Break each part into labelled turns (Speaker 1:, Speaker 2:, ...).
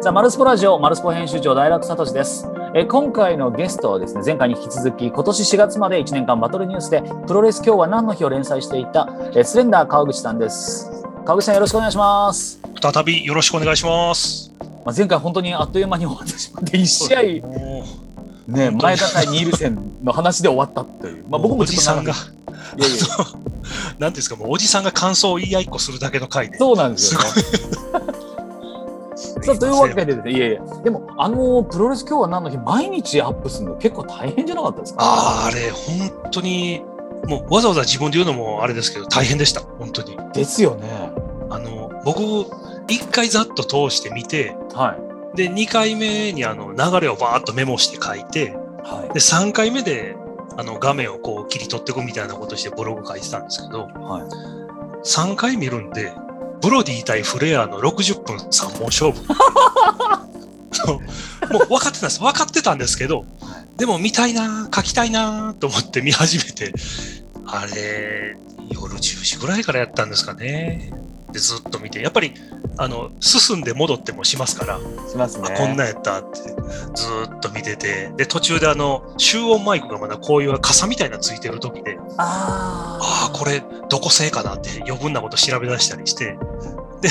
Speaker 1: さあ、マルスポラジオ、マルスポ編集長、大楽聡です。え今回のゲストはですね、前回に引き続き、今年4月まで1年間バトルニュースで、プロレス今日は何の日を連載していた、えスレンダー川口さんです。川口さん、よろしくお願いします。
Speaker 2: 再びよろしくお願いします。
Speaker 1: まあ、前回本当にあっという間に終わってしまって、1試合、ね、前田対ニールセンの話で終わったっていう。
Speaker 2: まあ、僕もちょっとんが。いやいやなんですか、もうおじさんが感想を言い合いっこするだけの回で。
Speaker 1: そうなんですよね。さあというわけでですね、いやいや、でも、あのプロレス今日は何の日、毎日アップするの、結構大変じゃなかったですか、
Speaker 2: ああれ、本当に、もうわざわざ自分で言うのもあれですけど、大変でした、本当に。
Speaker 1: ですよね。
Speaker 2: あの僕、1回ざっと通してみて、、
Speaker 1: はい
Speaker 2: で2回目にあの流れをばーっとメモして書いて、はい、で3回目であの画面をこう切り取っていくみたいなことしてブログ書いてたんですけど、はい、3回見るんで、ブロディ対フレアの60分3本勝負もう分かってたんです分かってたんですけどでも見たいな書きたいなと思って見始めてあれ夜10時ぐらいからやったんですかねでずっと見てやっぱりあの進んで戻ってもしますから
Speaker 1: します、ね、
Speaker 2: こんなんやったってずっと見ててで途中であの集音マイクがまだこういう傘みたいなついてる時で
Speaker 1: あ
Speaker 2: あこれどこ製かなって余分なこと調べ出したりしてで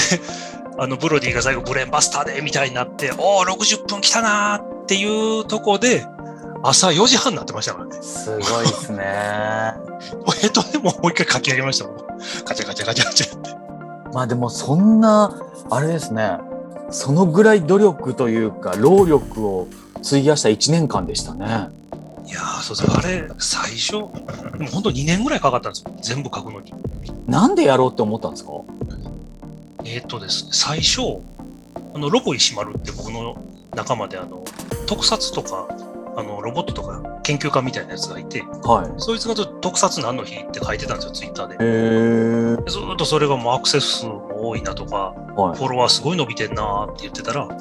Speaker 2: あのブロディが最後ブレーンバスターでみたいになっておお60分きたなっていうとこで朝4時半になってましたからね
Speaker 1: すごいですね
Speaker 2: えっとでももう一回書き上げましたもんガチャガチャガチャガチャって
Speaker 1: まあでもそんなあれですねそのぐらい努力というか労力を費やした1年間でしたね。
Speaker 2: いやそうですあれ最初本当2年ぐらいかかったんですよ全部書くのに。
Speaker 1: なんでやろうって思ったんですか
Speaker 2: えー、っとですね最初あのロボ石丸って僕の仲間であの特撮とかあのロボットとか研究家みたいなやつがいて、
Speaker 1: はい、
Speaker 2: そいつが特撮何の日って書いてたんですよツイッターで、
Speaker 1: えー、
Speaker 2: ずっとそれがもうアクセス数も多いなとか、はい、フォロワーすごい伸びてんなって言ってたら、
Speaker 1: はい、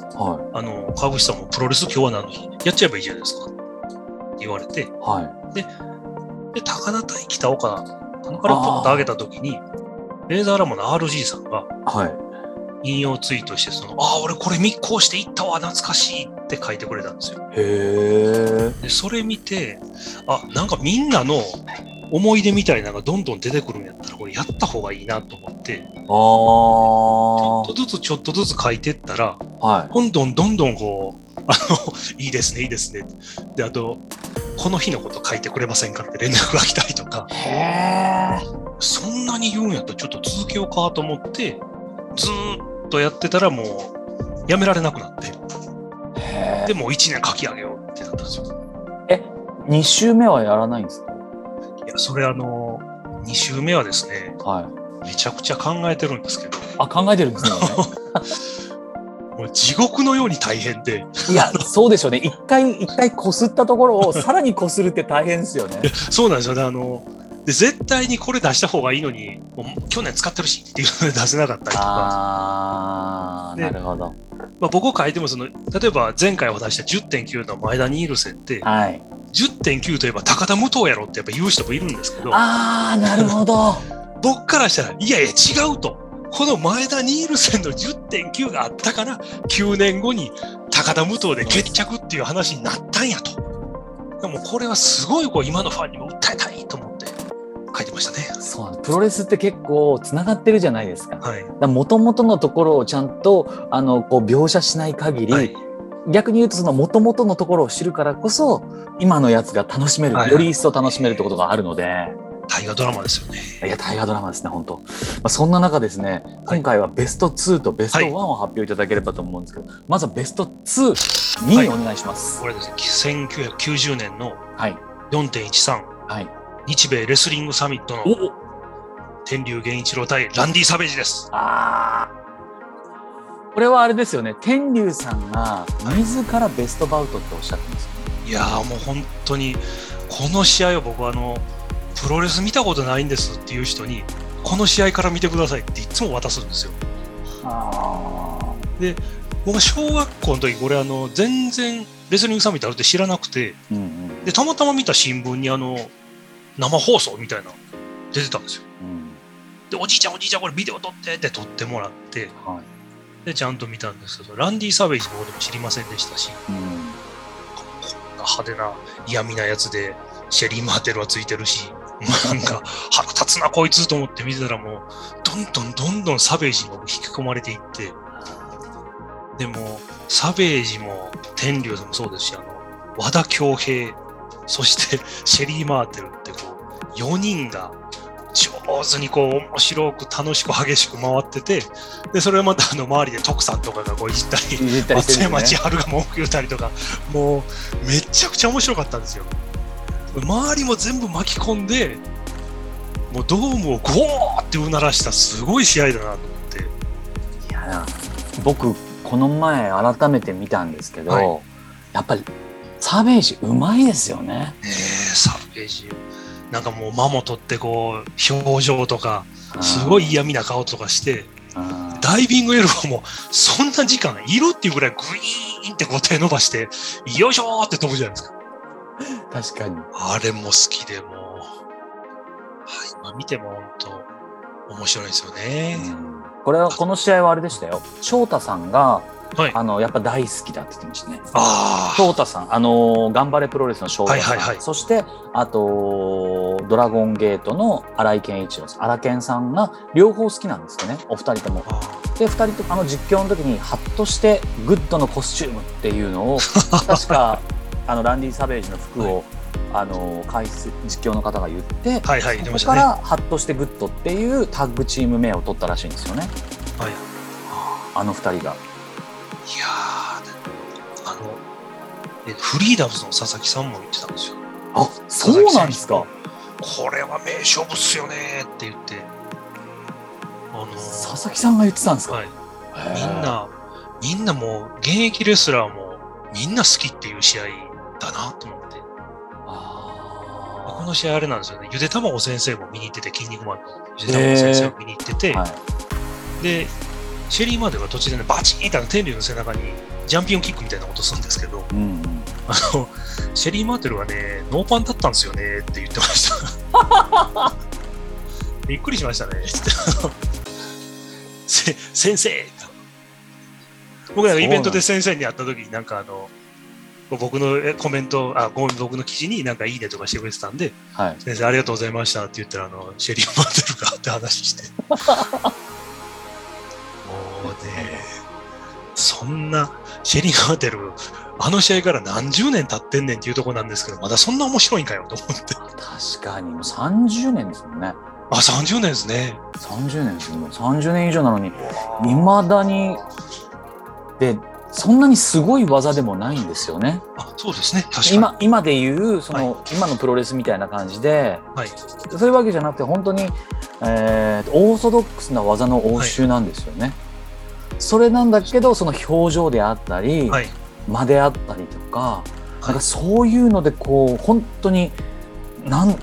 Speaker 2: あの川口さんもプロレス今日は何の日やっちゃえばいいじゃないですかって言われて、でで高田対北岡かなからポンと上げた時にレーザーラモの RG さんが、引用ツイートしてその、ああ、俺これ密航していったわ、懐かしいって書いてくれたんですよ。
Speaker 1: へ
Speaker 2: で、それ見て、あなんかみんなの思い出みたいなのがどんどん出てくるんやったら、これやった方がいいなと思って、
Speaker 1: あちょ
Speaker 2: っとずつちょっとずつ書いてったら、
Speaker 1: はい、
Speaker 2: どんどんどんどんこう、あの、 いいですね、いいですね。で、あと、この日のこと書いてくれませんかって連絡が来たりとか。
Speaker 1: へ
Speaker 2: そんなに言うんやったらちょっと続けようかと思って、ずっととやってたらもうやめられなくなってでもう1年書き上げようってなったんですよ
Speaker 1: え2週目はやらないんですか
Speaker 2: いやそれあの2週目はですね、、
Speaker 1: はい
Speaker 2: めちゃくちゃ考えてるんですけど
Speaker 1: あ考えてるんですね
Speaker 2: もう地獄のように大変で
Speaker 1: いやそうでしょうね一回一回こすったところをさらにこするって大変ですよね
Speaker 2: そうなんですよねあので絶対にこれ出した方がいいのにもう去年使ってるしっていうので出せなかったりと
Speaker 1: かなるほど、
Speaker 2: まあ、僕を書いてもその例えば前回お話した10.9の前田ニールセンって、
Speaker 1: はい、
Speaker 2: 10.9といえば高田武藤やろってやっぱ言う人もいるんですけど
Speaker 1: ああなるほど
Speaker 2: 僕からしたらいやいや違うとこの前田ニールセンの10.9があったから9年後に高田武藤で決着っていう話になったんやと。でもこれはすごいこう今のファンにも訴えたいと思って書いてましたね。
Speaker 1: そうプロレスって結構つながってるじゃないですか。もと
Speaker 2: も
Speaker 1: とのところをちゃんとあのこう描写しない限り、はい、逆に言うとそのもともとのところを知るからこそ今のやつが楽しめる、はい、より一層楽しめるってことがあるので。
Speaker 2: 大河ドラマですよね。
Speaker 1: いや大河ドラマですね本当。まあそんな中ですね、はい、今回はベスト2とベスト1を発表いただければと思うんですけど、まずはベスト2にお願いします。
Speaker 2: これですね1990年の
Speaker 1: 4.13。はい。
Speaker 2: 日米レスリングサミットの天竜源一郎対ランディ・サベージです。
Speaker 1: あこれはあれですよね、天竜さんが自らベストバウトっておっしゃってます、ね、
Speaker 2: いやもう本当に、この試合を僕あの、プロレス見たことないんですっていう人に、この試合から見てくださいっていつも渡すんですよ。で、僕は小学校の時これあの、全然レスリングサミットあるって知らなくて、
Speaker 1: うんうん、
Speaker 2: でたまたま見た新聞にあの、生放送みたいな出てたんですよ。
Speaker 1: うん、
Speaker 2: でおじいちゃんおじいちゃんこれビデオ撮ってって撮ってもらって、
Speaker 1: はい
Speaker 2: で、ちゃんと見たんですけど、ランディ・サベージのことも知りませんでしたし、
Speaker 1: うん
Speaker 2: 派手な嫌味なやつで、シェリー・マーテルはついてるし、なんか腹立つなこいつと思って見てたらもう、どんどんどんどんサベージに僕引き込まれていって、でも、サベージも天竜もそうですし、あの、和田恭平、そして シェリー・マーテルってこう、4人が上手にこう、面白く楽しく激しく回ってて、で、それをまたあの周りで徳さんとかがこういじったり、
Speaker 1: いじったりして
Speaker 2: 松
Speaker 1: るん
Speaker 2: 山
Speaker 1: です
Speaker 2: 千
Speaker 1: ね。
Speaker 2: 春が文句言ったりとか、もうめちゃくちゃ面白かったんですよ。周りも全部巻き込んで、もうドームをゴーってうならした、すごい試合だなと思って。
Speaker 1: いやな僕この前改めて見たんですけど、
Speaker 2: はい
Speaker 1: やっぱりサベージうまいですよね。
Speaker 2: ねえサベージ、なんかもうマモ取ってこう、表情とか、すごい嫌味な顔とかして、
Speaker 1: うん
Speaker 2: ダイビングエルボーも、そんな時間いるっていうぐらいグイーンってこう手伸ばして、よいしょーって飛ぶじゃないですか。
Speaker 1: 確かに。
Speaker 2: あれも好きでもう、はい、今見ても本当面白いですよね。
Speaker 1: これはこの試合はあれでしたよ。翔太さんが、
Speaker 2: はい
Speaker 1: あのやっぱ大好きだって言ってましたね。
Speaker 2: ああ、
Speaker 1: 翔太さん、あのー頑張れプロレスの翔太さん、
Speaker 2: はいはいはい
Speaker 1: そしてあとドラゴンゲートの荒井健一郎さん、荒健さんが両方好きなんですよね。お二人とも。
Speaker 2: あ
Speaker 1: で2人とあの実況の時にハッとしてグッドのコスチュームっていう のを確かあのランディ・サベージの服を、あの解説実況の方が言って、
Speaker 2: ーはいはい、出
Speaker 1: そ
Speaker 2: ま
Speaker 1: こ
Speaker 2: し
Speaker 1: か
Speaker 2: たね。
Speaker 1: らハッとしてグッドっていうタッグチーム名を取ったらしいんですよね
Speaker 2: はい、い
Speaker 1: あの2人が。
Speaker 2: やー、であの、えフリーダムズの佐々木さんも言ってたんですよ。
Speaker 1: あそうなんですか
Speaker 2: これは名勝負っすよねーって言って、あのー
Speaker 1: 佐々木さんが言ってたんですか、
Speaker 2: はい、
Speaker 1: へ
Speaker 2: み
Speaker 1: ー
Speaker 2: んな、みんなもう、現役レスラーもみんな好きっていう試合だなと思って。こ
Speaker 1: あ
Speaker 2: の試合あれなんですよね、ゆで卵先生も見に行ってて、筋肉マンのゆで卵先生も見に行ってて、
Speaker 1: ーはい
Speaker 2: で、シェリー・マーデルが途中でね、バチーンってあの天竜の背中にジャンピオンキックみたいなことするんですけど、
Speaker 1: うんうん
Speaker 2: あの、シェリー・マーデルはね、ノーパンだったんですよねって言ってました。 びっくりしましたね、 つってあのせ先生僕なんかイベントで先生に会った時になんかあの、僕のえコメント、あ、ごめん僕の記事になんかいいねとかしてくれてたんで、
Speaker 1: はい、
Speaker 2: 先生ありがとうございましたって言ったらあのシェリー・マーテルがって話してもうねそんなシェリー・マーテルあの試合から何十年経ってんねんっていうところなんですけどまだそんな面白いんかよと思って
Speaker 1: 確かにもう30年ですもんね
Speaker 2: あ30年ですね
Speaker 1: 30年ですもんね30年以上なのに未だにでそんなにすごい技でもないんですよね。
Speaker 2: あそうですね確かに
Speaker 1: 今今でいうその、今のプロレスみたいな感じで
Speaker 2: はい、
Speaker 1: そういうわけじゃなくて本当に、えーオーソドックスな技の応酬なんですよね。それなんだけどその表情であったり、
Speaker 2: はい、
Speaker 1: 間であったりとか,、
Speaker 2: い
Speaker 1: なんかそういうのでこう本当になん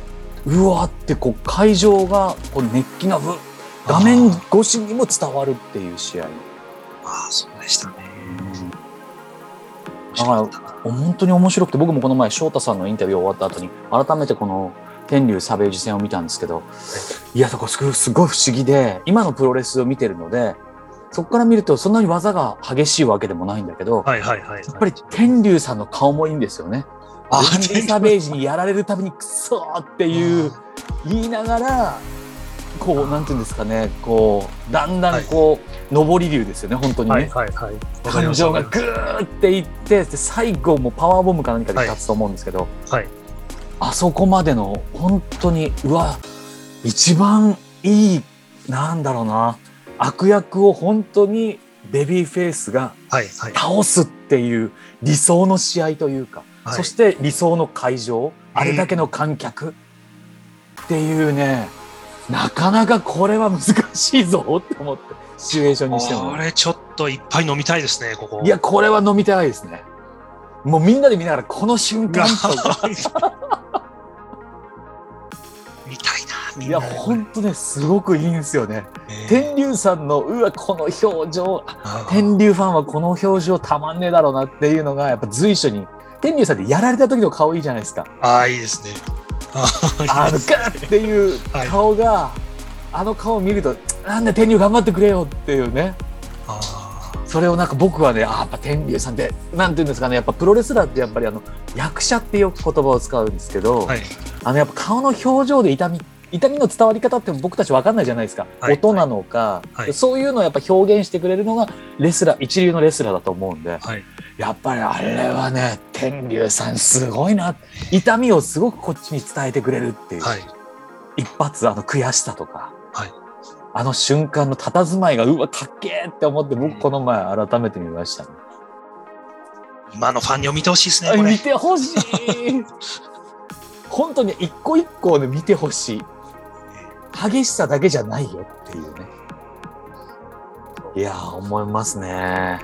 Speaker 1: うわってこう会場がこう熱気がぶ画面
Speaker 2: あ
Speaker 1: 越しにも伝わるっていう試合。
Speaker 2: あそうでしたね面
Speaker 1: だ
Speaker 2: 白
Speaker 1: から
Speaker 2: かったな
Speaker 1: 本当に面白くて僕もこの前翔太さんのインタビュー終わった後に改めてこの天竜サベージ戦を見たんですけどいやそこすごいすごい不思議で今のプロレスを見てるのでそこから見るとそんなに技が激しいわけでもないんだけど、
Speaker 2: はいはいはい、はい、
Speaker 1: やっぱり天竜さんの顔もいいんですよね。
Speaker 2: あ
Speaker 1: 天竜サベージにやられるたびにクソーっていう言いながらこうなんていうんですかねこうだんだんこう、上り流ですよね本当にね。
Speaker 2: はいはいはいわかり
Speaker 1: 感
Speaker 2: ます
Speaker 1: 情
Speaker 2: わか
Speaker 1: が
Speaker 2: りま
Speaker 1: グー
Speaker 2: す
Speaker 1: っていってで最後もパワーボムか何かで勝つと思うんですけど、
Speaker 2: はいはい
Speaker 1: あそこまでの本当にうわ一番いいなんだろうな悪役を本当にベビーフェイスが
Speaker 2: はいはい
Speaker 1: 倒すっていう理想の試合というか、
Speaker 2: はい
Speaker 1: そして理想の会場あれだけの観客っていうね、なかなかこれは難しいぞって思ってシチュエーションにしても
Speaker 2: こ。れちょっといっぱい飲みたいですね、ここ。
Speaker 1: いや、これは飲みたいですね。もうみんなで見ながら、この瞬間とか。
Speaker 2: 見たいな、み
Speaker 1: い
Speaker 2: んな
Speaker 1: や、
Speaker 2: で。
Speaker 1: ほんとね、すごくいいんですよね。天竜さんの、うわ、この表情、
Speaker 2: 竜
Speaker 1: 天竜ファンはこの表情たまんねえだろうなっていうのが、やっぱ随所に。天竜さんってやられた時の顔いいじゃないですか。
Speaker 2: ああ、いいですね。あ
Speaker 1: あの、ガ
Speaker 2: ー
Speaker 1: ーっていう
Speaker 2: はい
Speaker 1: 顔が、あの顔を見ると、なんで天竜頑張ってくれよっていうね。
Speaker 2: あ
Speaker 1: それをなんか僕はね、あやっぱ天竜さんって、なんていうんですかね、やっぱプロレスラーってやっぱりあの役者ってよく言葉を使うんですけど、
Speaker 2: はい
Speaker 1: あのやっぱ顔の表情で痛み、痛みの伝わり方って僕たち分かんないじゃないですか、
Speaker 2: はい
Speaker 1: 音なのか、
Speaker 2: はい
Speaker 1: そういうのをやっぱ表現してくれるのがレスラー、一流のレスラーだと思うんで、
Speaker 2: はい
Speaker 1: やっぱりあれはね、天竜さんすごいな、痛みをすごくこっちに伝えてくれるっていう。
Speaker 2: はい
Speaker 1: 一発あの悔しさとか、
Speaker 2: はい
Speaker 1: あの瞬間の佇まいがうわかっけーって思って僕この前改めて見ました、ね
Speaker 2: 今のファンにも見てほしいですね、こ
Speaker 1: あ見
Speaker 2: れ。
Speaker 1: てほしい本当に一個一個をね見てほしい激しさだけじゃないよっていうねいやー思いますね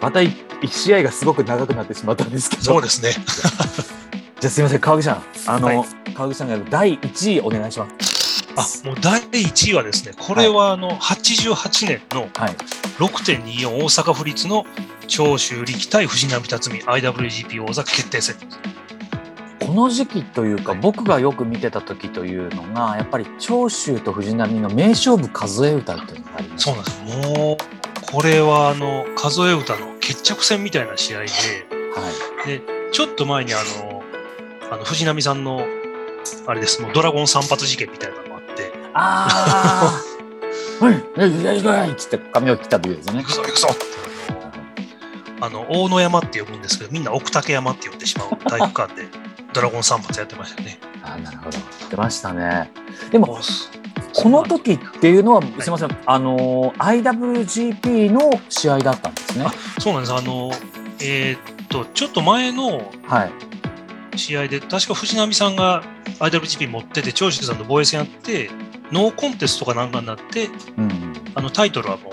Speaker 1: またい一試合がすごく長くなってしまったんですけど
Speaker 2: そうですね。
Speaker 1: じゃあすいません川口さんあの、
Speaker 2: はい
Speaker 1: 川口さんが第1位お願いします
Speaker 2: あ、もう第1位はですね、これはあの、88年の
Speaker 1: はい
Speaker 2: 6.24大阪府立の長州力対藤波辰巳 IWGP 大阪決定戦。
Speaker 1: この時期というか僕がよく見てた時というのがやっぱり長州と藤波の名勝負数え歌っていうのがあります
Speaker 2: そうなんです。もう、これはあの、数え歌の決着戦みたいな試合で、
Speaker 1: はい
Speaker 2: ちょっと前にあの、あの藤波さんの、あれです、もうドラゴン散髪事件みたいなのがあって、
Speaker 1: ああはいはいはいはいっつって髪を切ったというですね
Speaker 2: 行くぞ行くぞってあの、大野山って呼ぶんですけど、みんな奥竹山って呼んでしまう体育館で、 ドラゴン散髪やってましたね。
Speaker 1: あーなるほど出ましたねでも
Speaker 2: もうす
Speaker 1: この時っていうのはすいませんあのー IWGP の試合だったんですね
Speaker 2: そうなんです。あの、えーっと、ちょっと前の
Speaker 1: はい
Speaker 2: 試合で、確か藤波さんが IWGP 持ってて、長州さんと防衛戦やって、ノーコンテストかなんかになって、
Speaker 1: うん
Speaker 2: あのタイトルはもう、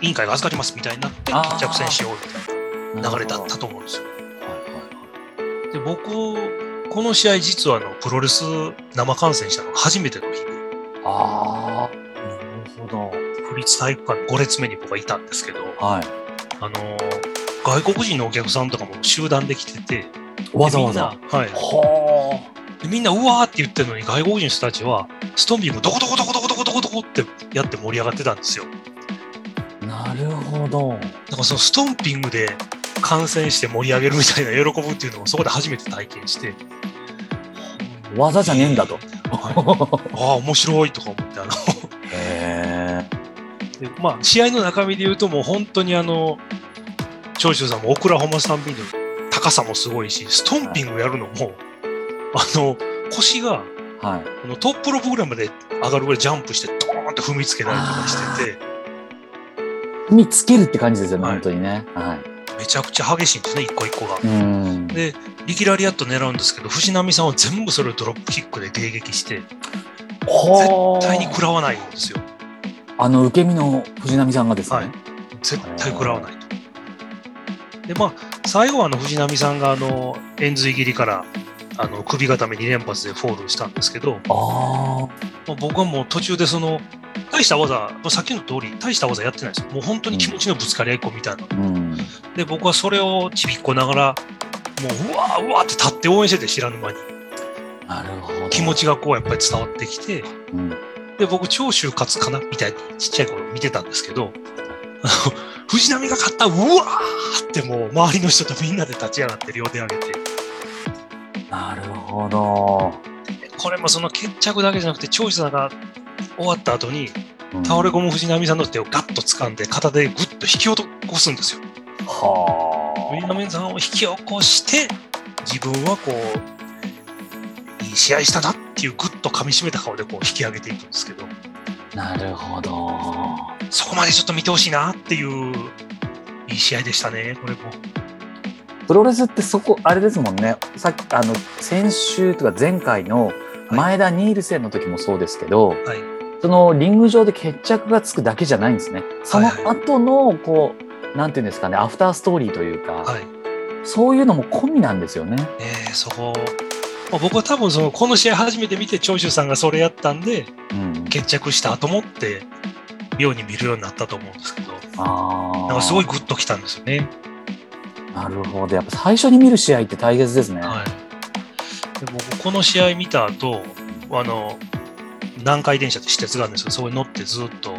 Speaker 2: 委員会が預かりますみたいになって、
Speaker 1: あー
Speaker 2: 決着戦しようみ
Speaker 1: うん
Speaker 2: たいな流れだっ
Speaker 1: な
Speaker 2: た
Speaker 1: る
Speaker 2: と思うんですよ。
Speaker 1: ほどはいはい
Speaker 2: で、僕、この試合、実はあのプロレス生観戦したのが初めての日で、
Speaker 1: ああなるほど
Speaker 2: 府立体育館5列目に僕はいたんですけど、
Speaker 1: は
Speaker 2: あの外国人のお客さんとかも集団で来てて、
Speaker 1: いわざわざ
Speaker 2: みんなはい、
Speaker 1: は
Speaker 2: でみんなうわーって言ってるのに外国人の人たちはストンビングどこどこどこどこどこどこどこってやって盛り上がってたんですよだ
Speaker 1: あなるほど
Speaker 2: からそのストンピングで感染して盛り上げるみたいな喜ぶっていうのをそこで初めて体験して
Speaker 1: 技じゃねえんだと。
Speaker 2: ああ面白いとか思ってあの
Speaker 1: へえ。
Speaker 2: でまあ試合の中身で言うともう本当にあの長州さんもオクラホマスタンビングの高さもすごいしストンピングやるのもあの腰が
Speaker 1: はい。
Speaker 2: あのトップロープぐらいまで上がるぐらいジャンプしてドーンって踏みつけられたりとかしてて。
Speaker 1: 踏みつけるって感じですよね、
Speaker 2: はい
Speaker 1: 本当にね。はい。
Speaker 2: めちゃくちゃ激しいんですね、一個一個が
Speaker 1: う。ん。
Speaker 2: で、リキラリアット狙うんですけど、藤波さんは全部それをドロップキックで迎撃して、
Speaker 1: はあ
Speaker 2: 絶対に食らわないんですよ。
Speaker 1: あの受け身の藤波さんがですね。
Speaker 2: はい絶対食らわないと。で、まあ、最後はあの藤波さんがあの円髄切りからあの首固め2連発でフォールしたんですけど、
Speaker 1: あ
Speaker 2: まあ僕はもう途中でその、大した技、まあさっきの通り、大した技やってないですよ。もう本当に気持ちのぶつかり合いっこみたいな。
Speaker 1: あ。うん。
Speaker 2: で、僕はそれをちびっこながら、もう、うわーうわーって立って応援してて、知らぬ間に。
Speaker 1: なるほど。
Speaker 2: 気持ちがこうやっぱり伝わってきて
Speaker 1: うん。
Speaker 2: で僕長州勝つかなみたいにちっちゃい頃見てたんですけどあの 藤波が勝ったうわーってもう周りの人とみんなで立ち上がって両手上げて
Speaker 1: なるほど。
Speaker 2: これもその決着だけじゃなくて長州さんが終わった後に
Speaker 1: うん
Speaker 2: 倒れ込む藤波さんの手をガッと掴んで片手でグッと引き落とすんですよ
Speaker 1: は
Speaker 2: 藤波さんを引き起こして自分はこういい試合したなっていうグッと噛み締めた顔でこう引き上げていくんですけど
Speaker 1: あ。なるほど。
Speaker 2: そこまでちょっと見てほしいなっていう、いい試合でしたね、これも。
Speaker 1: プロレスってそこあれですもんね。さっきあの先週とか前回の前田ニールセンの時もそうですけど。
Speaker 2: はい。
Speaker 1: そのリング上で決着がつくだけじゃないんですね。その
Speaker 2: はい
Speaker 1: 後のこう、なんていうんですかね、アフターストーリーというか、
Speaker 2: はい。
Speaker 1: そういうのも込みなんですよね。
Speaker 2: えーそこ、まあ僕は多分その、この試合初めて見て、長州さんがそれやったんで、
Speaker 1: うん、
Speaker 2: 決着したと思って、ように見るようになったと思うんですけど、
Speaker 1: あー
Speaker 2: なんかすごいグッときたんですよね。
Speaker 1: なるほど。やっぱ最初に見る試合って大切ですね。
Speaker 2: はい。で僕、この試合見た後、あの、南海電車って私鉄があるんですけど、そこに乗ってずっと、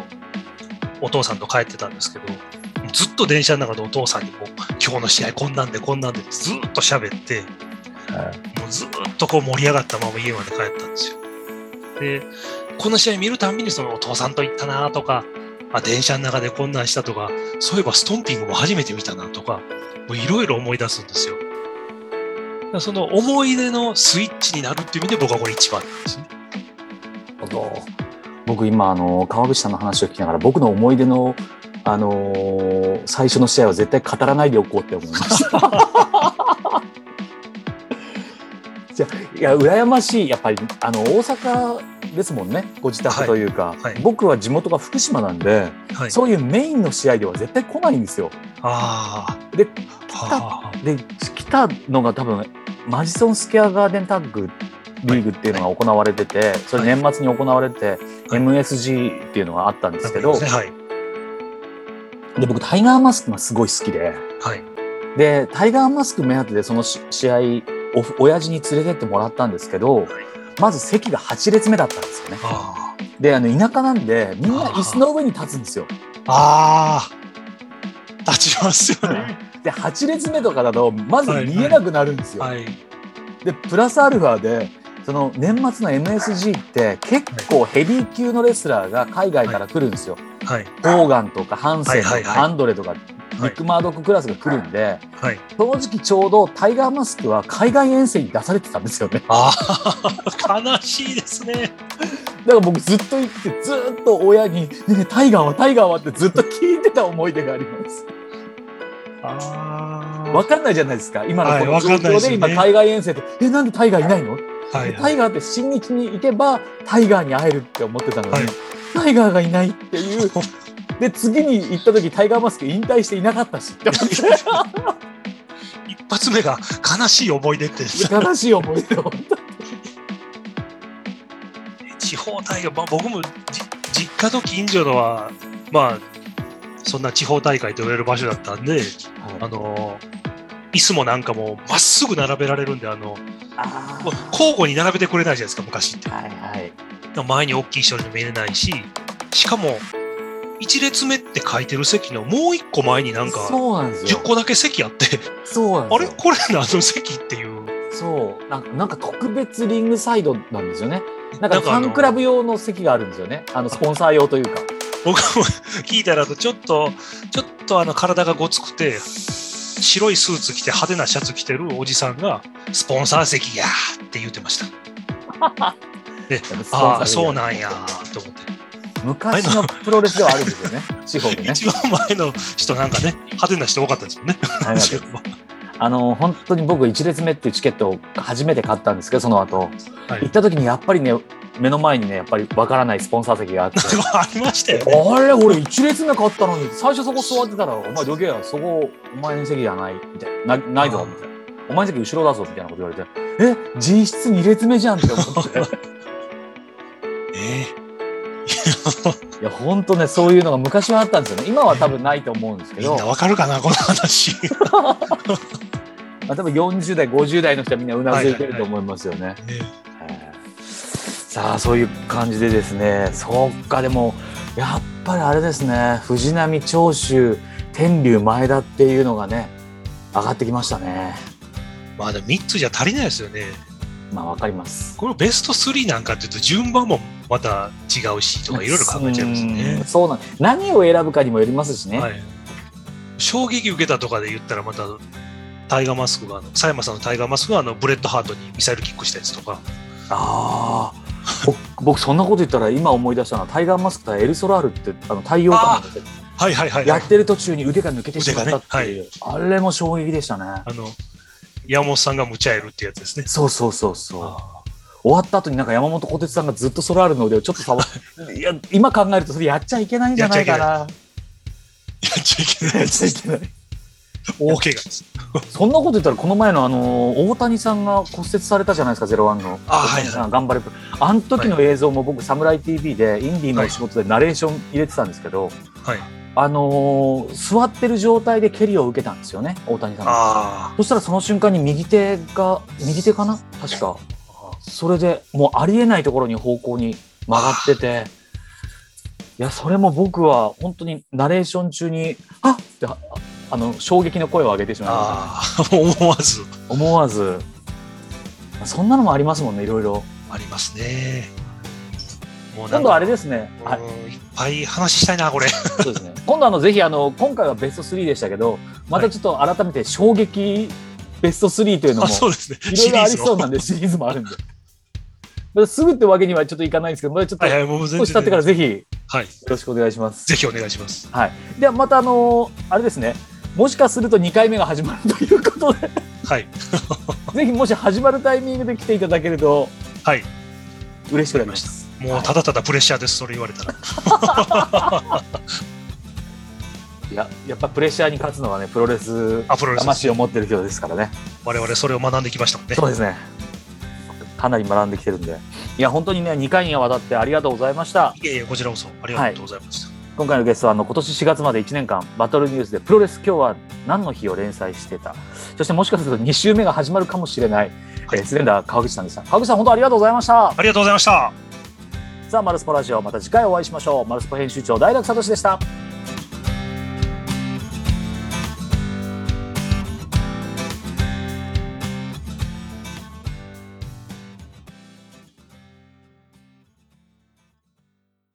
Speaker 2: お父さんと帰ってたんですけど、ずっと電車の中でお父さんにこう、今日の試合こんなんでこんなんでってずっと喋って、もうずっとこう盛り上がったまま家まで帰ったんですよ。で、この試合見るたんびにそのお父さんと行ったなとか、あ、電車の中でこんなんしたとか、そういえばストンピングも初めて見たなとか、もういろいろ思い出すんですよ。だからその思い出のスイッチになるっていう意味で僕はこれ一番なんですね。
Speaker 1: なるほど僕今あの川口さんの話を聞きながら僕の思い出のあのー最初の試合は絶対語らないでおこうって思いました。 じゃあいや羨ましいやっぱりあの大阪ですもんねご自宅というか、
Speaker 2: はいはい
Speaker 1: 僕は地元が福島なんで、
Speaker 2: はい。
Speaker 1: そういうメインの試合では絶対来ないんですよ。
Speaker 2: ああ。
Speaker 1: で
Speaker 2: はあ、
Speaker 1: で来たのが多分マジソンスケアガーデンタッグリーグっていうのが行われててそれ年末に行われて MSG っていうのがあったんですけど
Speaker 2: ね、はい。
Speaker 1: で僕タイガーマスクがすごい好きで
Speaker 2: はい。
Speaker 1: でタイガーマスク目当てでそのし試合お親父に連れてってもらったんですけどまず席が8列目だったんですよね
Speaker 2: あ
Speaker 1: であの田舎なんでみんな椅子の上に立つんですよ
Speaker 2: あ。ああ。立ちますよね。
Speaker 1: で8列目とかだとまず見えなくなるんですよ、
Speaker 2: はい。
Speaker 1: でプラスアルファでその年末の MSG って結構ヘビー級のレスラーが海外から来るんですよ。
Speaker 2: はい。
Speaker 1: ホーガンとかハンセンと
Speaker 2: はいはい
Speaker 1: か
Speaker 2: はい
Speaker 1: アンドレとかビッグマードッククラスが来るんで、
Speaker 2: はい。
Speaker 1: その時期ちょうどタイガーマスクは海外遠征に出されてたんですよね。
Speaker 2: ああ。悲しいですね。
Speaker 1: だから僕ずっと行ってずっと親に、ねえねえタイガーはタイガーはってずっと聞いてた思い出があります。
Speaker 2: あ
Speaker 1: わかんないじゃないですか。今のこ
Speaker 2: は
Speaker 1: の
Speaker 2: い
Speaker 1: 状
Speaker 2: わかんないで
Speaker 1: 況
Speaker 2: すよ
Speaker 1: で
Speaker 2: ね
Speaker 1: 今海外遠征って、え、なんでタイガーいないの
Speaker 2: はい。
Speaker 1: タイガーって新日に行けばタイガーに会えるって思ってたのに、
Speaker 2: はい
Speaker 1: タイガーがいないって いうで次に行った時タイガーマスク引退していなかったしって思っ
Speaker 2: 一発目が悲しい思い出って。
Speaker 1: て悲しい思い出を
Speaker 2: 地方大会、まあ、僕もじ実家と近所のは、まあ、そんな地方大会と言われる場所だったんで、あの椅子もなんかもうまっすぐ並べられるんで、あの
Speaker 1: あ
Speaker 2: もう交互に並べてくれないじゃないですか、昔って
Speaker 1: ー。はいはい
Speaker 2: 前に大きい人にも見れないし、しかも、1列目って書いてる席のもう1個前になんか、
Speaker 1: そうなんですよ
Speaker 2: 10個だけ席あって、
Speaker 1: そうなんで
Speaker 2: あれ
Speaker 1: すよ
Speaker 2: これ何の席っていう。
Speaker 1: そうなんかなんか特別リングサイドなんですよねなん
Speaker 2: な
Speaker 1: か
Speaker 2: ん
Speaker 1: フ
Speaker 2: かあ
Speaker 1: ァ
Speaker 2: の
Speaker 1: ンクラブ用の席があるんですよねあのスポンサー用というか
Speaker 2: 僕も聞いたらと、ちょっと、ちょっとあの体がごつくて、白いスーツ着て派手なシャツ着てるおじさんが、スポンサー席やーって言ってました。ああ、そうなんやーと思って。
Speaker 1: 昔のプロレスではあるんですよね地方でね
Speaker 2: 一番前の人なんかね、派手な人多かったですよね。
Speaker 1: はいはいあの本当に僕1列目っていうチケットを初めて買ったんですけどその後
Speaker 2: はい
Speaker 1: 行った時にやっぱりね目の前にねやっぱりわからないスポンサー席があって
Speaker 2: ありましたよね。
Speaker 1: あれ俺1列目買ったのに最初そこ座ってたら「お前どけやそこお前の席じゃない」みたいな「なないぞ」みたいな「お前の席後ろだぞ」みたいなこと言われて「え実質2列目じゃん」って思 って
Speaker 2: ええ
Speaker 1: いや本当ねそういうのが昔はあったんですよね今は多分ないと思うんですけ
Speaker 2: みん
Speaker 1: ど
Speaker 2: なわかるかな、この 話。
Speaker 1: まあ多分40代50代の人はみんなうなずいてると思いますよね。えーさあそういう感じでですねそうかでもやっぱりあれですね藤波長州天竜前田っていうのがね上がってきましたね
Speaker 2: まあでも3つじゃ足りないですよね。
Speaker 1: まあわかります
Speaker 2: このベスト3なんかっていうと順番もまた違うしとかいろいろ考えちゃいます
Speaker 1: うん
Speaker 2: ね。
Speaker 1: そうなん何を選ぶかにもよりますしね、
Speaker 2: はい、衝撃受けたとかで言ったらまたタイガーマスクがあの佐山さんのタイガーマスクがあのブレッドハートにミサイルキックしたやつとか
Speaker 1: ああ僕僕そんなこと言ったら今思い出したのはタイガーマスクとエルソラールってあの太陽
Speaker 2: あ
Speaker 1: 光
Speaker 2: はいはいはい、
Speaker 1: や
Speaker 2: はい
Speaker 1: っ、てる途中に腕が抜けてしまったっていう、あれも衝撃でしたね、
Speaker 2: あの山本さんが無茶やるってやつですね。
Speaker 1: そうそうそうそう終わった後になんか山本小鉄さんがずっとソラールの腕をちょっと 触っていや今考えるとそれやっちゃいけないんじゃないかなやっ
Speaker 2: やっちゃいけないやつ
Speaker 1: ちゃい けない
Speaker 2: 大怪我です。
Speaker 1: そんなこと言ったらこの前のあの大谷さんが骨折されたじゃないですかゼロワンの
Speaker 2: あはいは
Speaker 1: 大
Speaker 2: い
Speaker 1: 谷さんが頑張れあの時の映像も僕「サムライ TV」でインディーの仕事でナレーション入れてたんですけど、
Speaker 2: はい
Speaker 1: あのー座ってる状態で蹴りを受けたんですよね大谷さんが
Speaker 2: あ
Speaker 1: そしたらその瞬間に右手が右手かな確かそれでもうありえないところに方向に曲がってていや、それも僕は本当にナレーション中に、あっってあ、あの、衝撃の声を上げてしまいましたね、
Speaker 2: ああ、 思わず
Speaker 1: 思わず。そんなのもありますもんね、いろいろ。
Speaker 2: ありますね。もうな
Speaker 1: 今
Speaker 2: ん
Speaker 1: 度あ
Speaker 2: か、
Speaker 1: れですね。あ
Speaker 2: うんいっぱい話したいな、これ。
Speaker 1: そうですね。 今度あの、ぜひあの、今回はベスト3でしたけど、またちょっと改めて衝撃ベスト3というのも
Speaker 2: あ、、 そうですね。
Speaker 1: いろいろありそう
Speaker 2: の
Speaker 1: なんで、シリーズもあるんで。まあすぐってわけにはちょっといかないんですけど、まだちょっと
Speaker 2: はいはい、もう全
Speaker 1: 少し経
Speaker 2: 然。
Speaker 1: ってからぜひよ
Speaker 2: はい。
Speaker 1: ろしくお願いします。
Speaker 2: ぜひお願いします。
Speaker 1: ではまたあのーあれですねもしかすると2回目が始まるということで
Speaker 2: はい。
Speaker 1: ぜひもし始まるタイミングで来ていただけると
Speaker 2: はい。
Speaker 1: 嬉しくなりました
Speaker 2: もうただただプレッシャーです、それ言われたら。
Speaker 1: いややっぱプレッシャーに勝つのはねプロレス
Speaker 2: アプロレスです。
Speaker 1: 魂を持ってる人ですからね
Speaker 2: 我々それを学んできましたもんね。
Speaker 1: そうですねかなり学んできてるんでいや本当にね2回にわたってありがとうございました
Speaker 2: いえいえ、こちらこそありがとうございました。
Speaker 1: 今回のゲストはあの今年4月まで1年間バトルニュースでプロレス今日は何の日を連載してたそしてもしかすると2週目が始まるかもしれない、
Speaker 2: はい
Speaker 1: えースレンダー川口さんでした川口さん本当ありがとうございました
Speaker 2: ありがとうございました。
Speaker 1: さあ、マルスポラジオ、また次回お会いしましょう。マルスポ編集長、大楽聡でした。